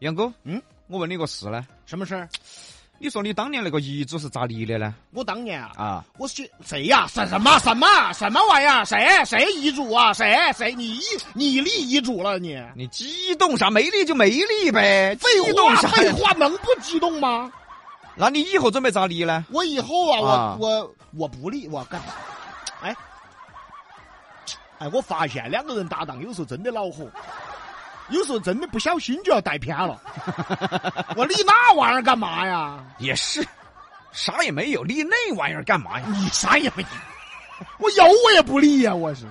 杨哥，嗯，我问你个事呢，什么事儿？你说你当年那个遗嘱是咋立的呢？我当年啊，啊，我是去谁呀、什什么什么什么玩意儿？谁谁遗嘱啊？谁谁你遗你立遗嘱了你？你激动啥？没立就没立呗，激废动话啥？废话能不激动吗？那你以后准备咋立呢？我以后啊，我啊我我不立，我干。哎哎，我发现两个人搭档有时候真的恼火，有时候真的不小心就要带偏 了。我立那玩意儿干嘛呀？也是，啥也没有，立那玩意儿干嘛呀？你啥也不立，我有我也不立呀、我是。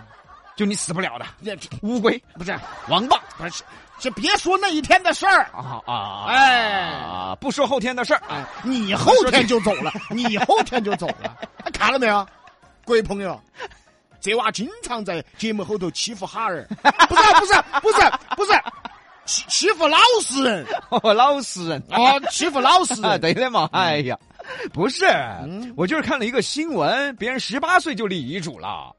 就你死不了的这这乌龟、不是王八不是，这别说那一天的事儿。啊啊！哎啊，不说后天的事儿，哎，你后天就走了，你后天就走了，看了没有，各位朋友，这娃经常在节目后头欺负哈儿，不是不是不是不是，欺欺负老实人哦 老实人啊，欺负老实啊，人。对的嘛。哎呀，不是，我就是看了一个新闻，别人十八岁就立遗嘱了，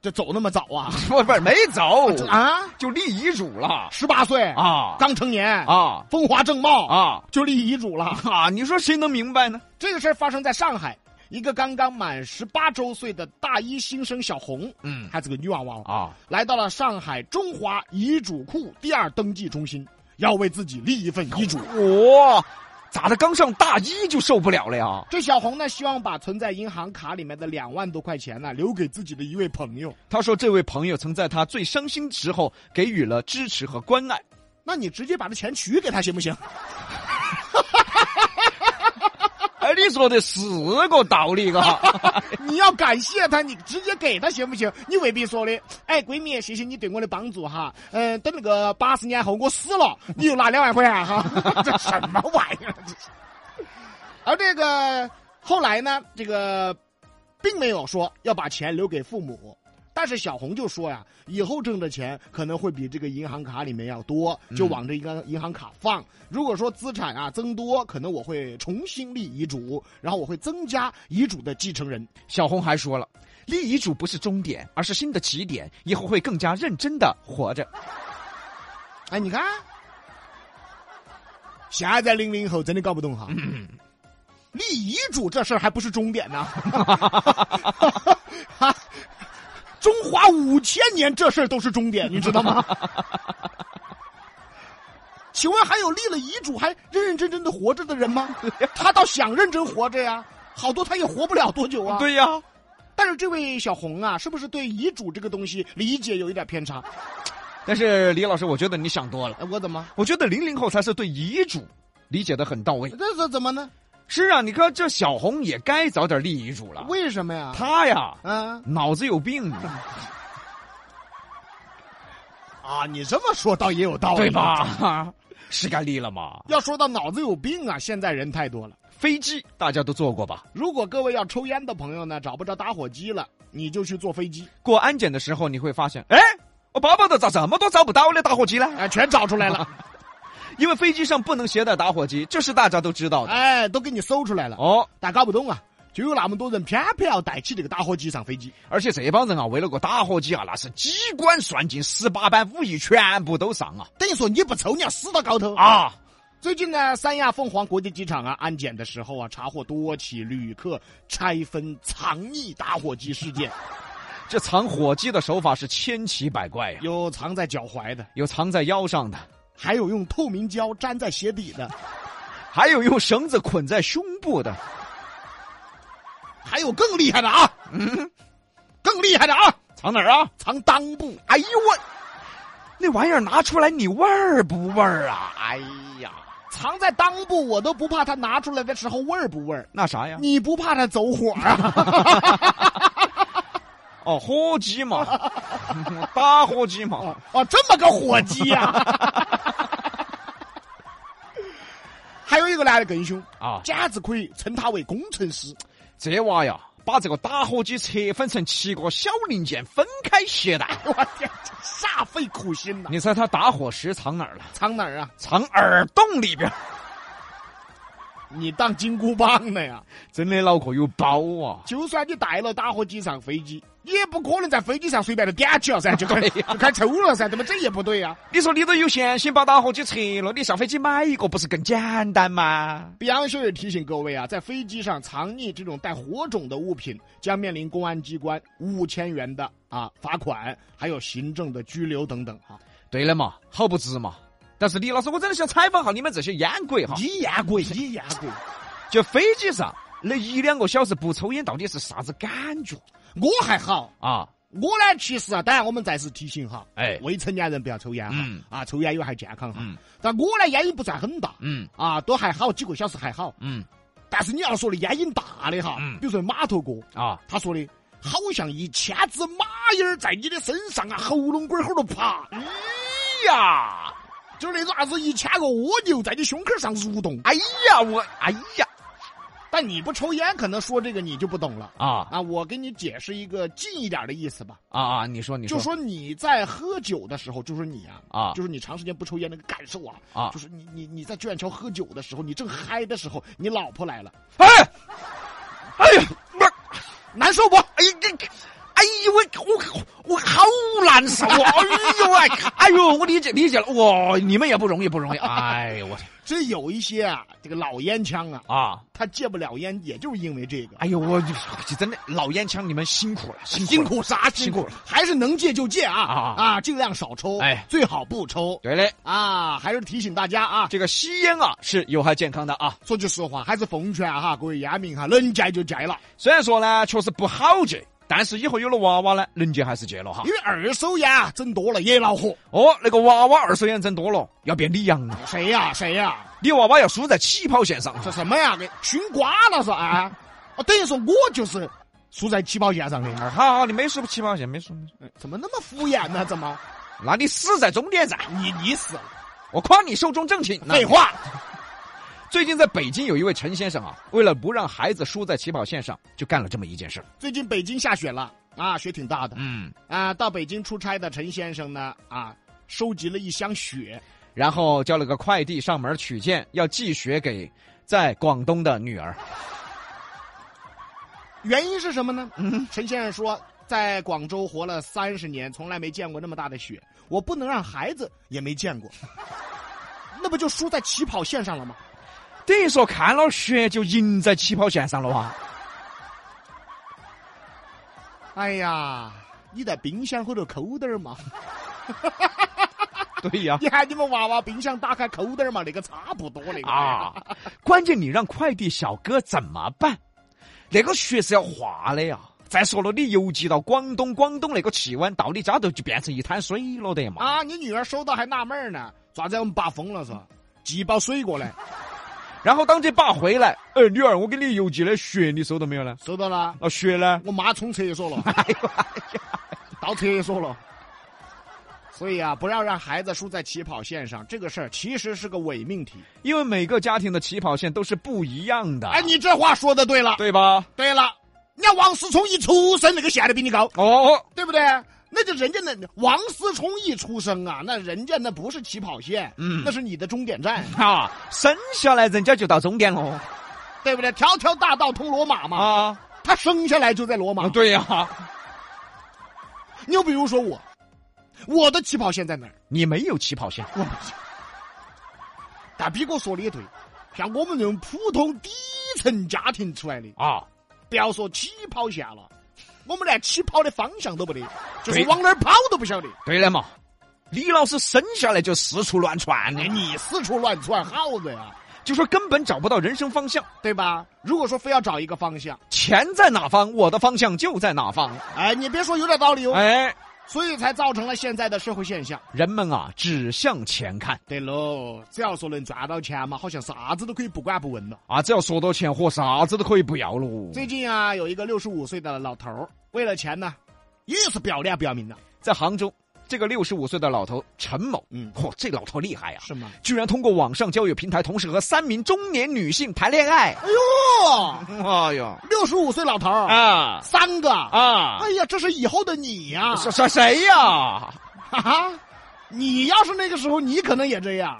就走那么早啊？ 不不是没走啊，就立遗嘱了十八岁啊，啊刚成年，啊风华正茂啊就立遗嘱 了。啊！你说谁能明白呢？这个事儿发生在上海，一个刚刚满十八周岁的大一新生小红，嗯还是个女娃娃哦啊，来到了上海中华遗嘱库第二登记中心，要为自己立一份遗嘱。我咋的？刚上大一就受不了了呀？这小红呢，希望把存在银行卡里面的两万多块钱呢，留给自己的一位朋友。他说，这位朋友曾在他最伤心时候给予了支持和关爱。那你直接把这钱取给他行不行？哎，你说的是个道理啊 嘎。你要感谢他，你直接给他行不行？你未必说的，哎，闺蜜，谢谢你对我的帮助哈。嗯、等那个八十年后我死了，你又拿两万块钱哈， 这什么玩意儿？这是。而这个后来呢，这个并没有说要把钱留给父母。但是小红就说呀，以后挣的钱可能会比这个银行卡里面要多，就往这个银行卡放。如果说资产啊增多，可能我会重新立遗嘱，然后我会增加遗嘱的继承人。小红还说了，立遗嘱不是终点，而是新的起点，以后会更加认真的活着。哎，你看，现在零零后真的搞不懂哈。立遗嘱这事儿还不是终点呢， 中华五千年这事儿都是终点，你知道吗？请问还有立了遗嘱还认认真真的活着的人 吗？他倒想认真活着呀，好多他也活不了多久啊。，对呀、但是这位小红啊，是不是对遗嘱这个东西理解有一点偏差？但是李老师，我觉得你想多了。哎，我怎么？我觉得零零后才是对遗嘱理解的很到位。这这怎么呢？是啊，你看这小红也该早点立遗嘱了。为什么呀？她呀，啊脑子有病，啊！你这么说倒也有道理，对？吧？ 是该立了嘛。要说到脑子有病啊，现在人太多了。飞机大家都坐过吧？如果各位要抽烟的朋友呢，找不着打火机了，你就去坐飞机，过安检的时候你会发现，哎，我包包的咋这么多找不到呢？打火机呢？哎，全找出来 了，因为飞机上不能携带打火机，这是大家都知道的。哎，都给你搜出来了。哦，但搞不懂啊，就有那么多人偏偏要带起这个打火机上飞机。而且这帮人啊，为了个打火机啊，那是机关算尽，十八般武艺全部都上啊！等于说你不抽，你要死到高头啊！啊，最近呢，三亚凤凰国际机场啊，安检的时候啊，查获多起旅客拆分藏匿打火机事件，这藏火机的手法是千奇百怪呀、有藏在脚踝的，有藏在腰上的，还有用透明胶粘在鞋底的。还有用绳子捆在胸部的。还有更厉害的啊！嗯，更厉害的啊！藏哪儿啊？藏裆部，哎呦我，那玩意儿拿出来你味儿不味儿啊？哎呀，藏在裆部，我都不怕他拿出来的时候味儿不味儿，那啥呀？你不怕他走火啊？哦，火机嘛， 打火机嘛。哦，这么个火鸡啊呀、 还有一个男的更凶啊简直可以称他为工程师。这娃呀，把这个打火机拆分成七个小零件，分开携带。我天，这煞费苦心呐、你猜他打火石藏哪儿了？藏哪儿啊？藏耳洞里边儿。你当金箍棒的呀？真的脑壳有包啊！就算你带了打火机上飞机，也不可能在飞机上随便就点起了噻，就哎开、就开抽了噻，对吧？这也不对啊呀、你说你都有钱，先把打火机撤了，你上飞机买一个不是更简单吗？碧昂秀也提醒各位啊，在飞机上藏匿这种带火种的物品，将面临公安机关五千元的啊罚款，还有行政的拘留等等啊。对了嘛，好不值嘛。但是李老师，我真的想采访下你们这些烟鬼哈，你烟鬼，你烟鬼，就飞机上那一两个小时不抽烟，到底是啥子感觉我还好，啊？我呢其实啊，当然我们再次提醒哈，哎未成年人不要抽烟哈，嗯啊，抽烟有害健康哈。嗯但我呢烟瘾不算很大，嗯啊，都还好，几个小时还好。嗯但是你要说的烟瘾大的哈，嗯比如说码头哥，啊，他说的，好像一千只蚂蚁儿在你的身上啊，喉咙管儿后头爬，哎呀，就是那种啥子一千个蜗牛在你胸口上蠕动。哎呀我，哎呀但你不抽烟，可能说这个你就不懂了。啊啊，我给你解释一个近一点的意思吧，啊啊！你说你就说说你在喝酒的时候，就是你啊，啊就是你长时间不抽烟那个感受啊，啊就，是你你你在卷桥喝酒的时候，你正嗨的时候，你老婆来了，哎哎呀我难受不？哎呀这。哎呦我我我好难受啊！哎呦哎，哎呦我理解理解了，哇你们也不容易不容易，哎呦我天这有一些啊，这个老烟枪啊，啊！他戒不了烟，也就是因为这个。哎呦，我就这真的老烟枪，你们辛苦了，辛辛苦了。苦啥辛苦？还是能戒就戒啊啊啊！尽量少抽，哎最好不抽对嘞，啊！还是提醒大家啊，这个吸烟啊是有害健康的啊。说句实话，还是奉劝啊哈各位烟民哈，能戒就戒了，虽然说呢，确实不好戒，但是以后有了娃娃呢，能戒还是戒了哈因。为二手烟啊整多了也恼火。哦，那个娃娃二手烟整多了，要变李阳了。谁呀、谁呀、你娃娃要输在起跑线上啊。这什么呀？给熏瓜了是啊？哦，等于说我就是输在起跑线上的。好好，好你没输起跑线，没输。没输怎么那么敷衍呢？怎么？那你死在终点站，你你死了！我夸你寿终正寝。废话，最近在北京有一位陈先生啊，为了不让孩子输在起跑线上，就干了这么一件事儿。最近北京下雪了啊，雪挺大的嗯，啊。到北京出差的陈先生呢啊，收集了一箱雪，然后叫了个快递上门取件，要寄雪给在广东的女儿。原因是什么呢？嗯陈先生说，在广州活了三十年，从来没见过那么大的雪，我不能让孩子也没见过，那不就输在起跑线上了吗？等于说看了雪就赢在起跑线上了 哇！哎呀，你在冰箱后头抠点儿嘛， 对呀、你喊你们娃娃冰箱打开抠点儿嘛，那个差不多 那个。啊，关键你让快递小哥怎么办？那个雪是要化的呀。再说了，你邮寄到广东，广东那个气温到你家头就变成一滩水了的嘛。啊，你女儿收到还纳闷儿呢，咋子我们爸疯了是吧？寄包水果来，然后当这爸回来，哎，女儿，我给你邮寄的雪你收到没有呢？啊收到了，那雪呢？我妈冲厕所了，哎呦，到厕所了。所以啊，不要让孩子输在起跑线上，这个事儿其实是个伪命题。 因为每个家庭的起跑线都是不一样的，哎，你这话说的对了，啊对吧？对了，人家王思聪一出生那个线都比你高，哦，对不对？那就人家那王思聪一出生啊，那人家那不是起跑线，嗯那是你的终点站，啊，生下来人家就到终点了对不对？条条大道通罗马嘛，啊！他生下来就在罗马。啊，对呀、你又比如说我，我的起跑线在哪儿？你没有起跑线。我不知道。大逼哥说的也对，像我们这种普通底层家庭出来的，啊，不要说起跑线了，我们连起跑的方向都不得，就是对往哪儿跑都不晓得。对了嘛，李老师生下来就四处乱窜的哎，，你四处乱窜耗子呀，就说根本找不到人生方向，对吧？如果说非要找一个方向，钱在哪方，我的方向就在哪方。哎，你别说有点道理哦，哎，所以才造成了现在的社会现象。人们啊，只向前看对喽，只要说能赚到钱嘛，好像啥子都可以不管不问了。啊，只要说到钱，和啥子都可以不要喽。最近啊，有一个六十五岁的老头儿，为了钱呢，也是不要脸不要命的，在杭州，这个六十五岁的老头陈某，嗯嚯、这老头厉害呀、是吗？居然通过网上交友平台，同时和三名中年女性谈恋爱。哎呦，哎呀，六十五岁老头儿，啊三个，啊，哎呀，这是以后的你呀、谁谁谁呀？哈啊哈，你要是那个时候，你可能也这样。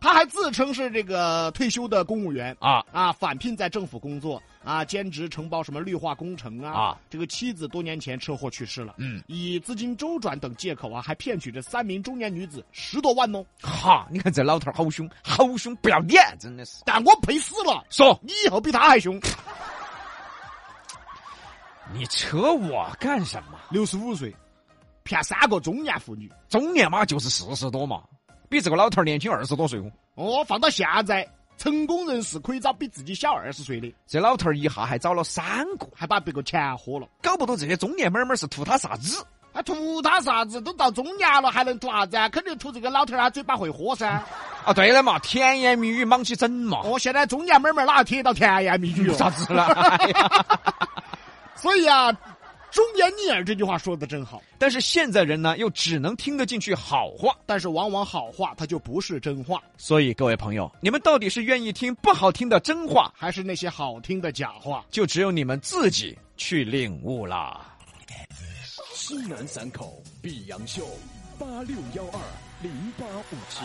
他还自称是这个退休的公务员啊，啊，返聘在政府工作，啊，兼职承包什么绿化工程啊。啊这个妻子多年前车祸去世了，嗯，以资金周转等借口啊，还骗取这三名中年女子十多万哦。哈，你看这老头儿好凶，好凶，不要脸，真的是。但我赔死了，说你以后比他还凶。你扯我干什么？六十五岁，骗三个中年妇女，中年嘛就是四十多嘛，比这个老头儿年轻二十多岁哦。哦，放到现在，成功人士可以找比自己小二十岁的，这老头儿一下还找了三个，还把别个钱喝了。搞不懂这些中年妹妹儿是图他啥子？啊，图他啥子？都到中年了，还能图啥子啊？肯定图这个老头儿啊，嘴巴会喝噻。啊，对了嘛，甜言蜜语莽起整嘛，哦，现在中年妹妹儿哪听得到甜言蜜语有哦？啥子了？哎呀所以啊，忠言逆耳这句话说的真好， 但是现在人呢，又只能听得进去好话，但是往往好话它就不是真话，所以各位朋友，你们到底是愿意听不好听的真话，还是那些好听的假话。就只有你们自己去领悟啦。西南散口碧阳秀，八六幺二零八五七。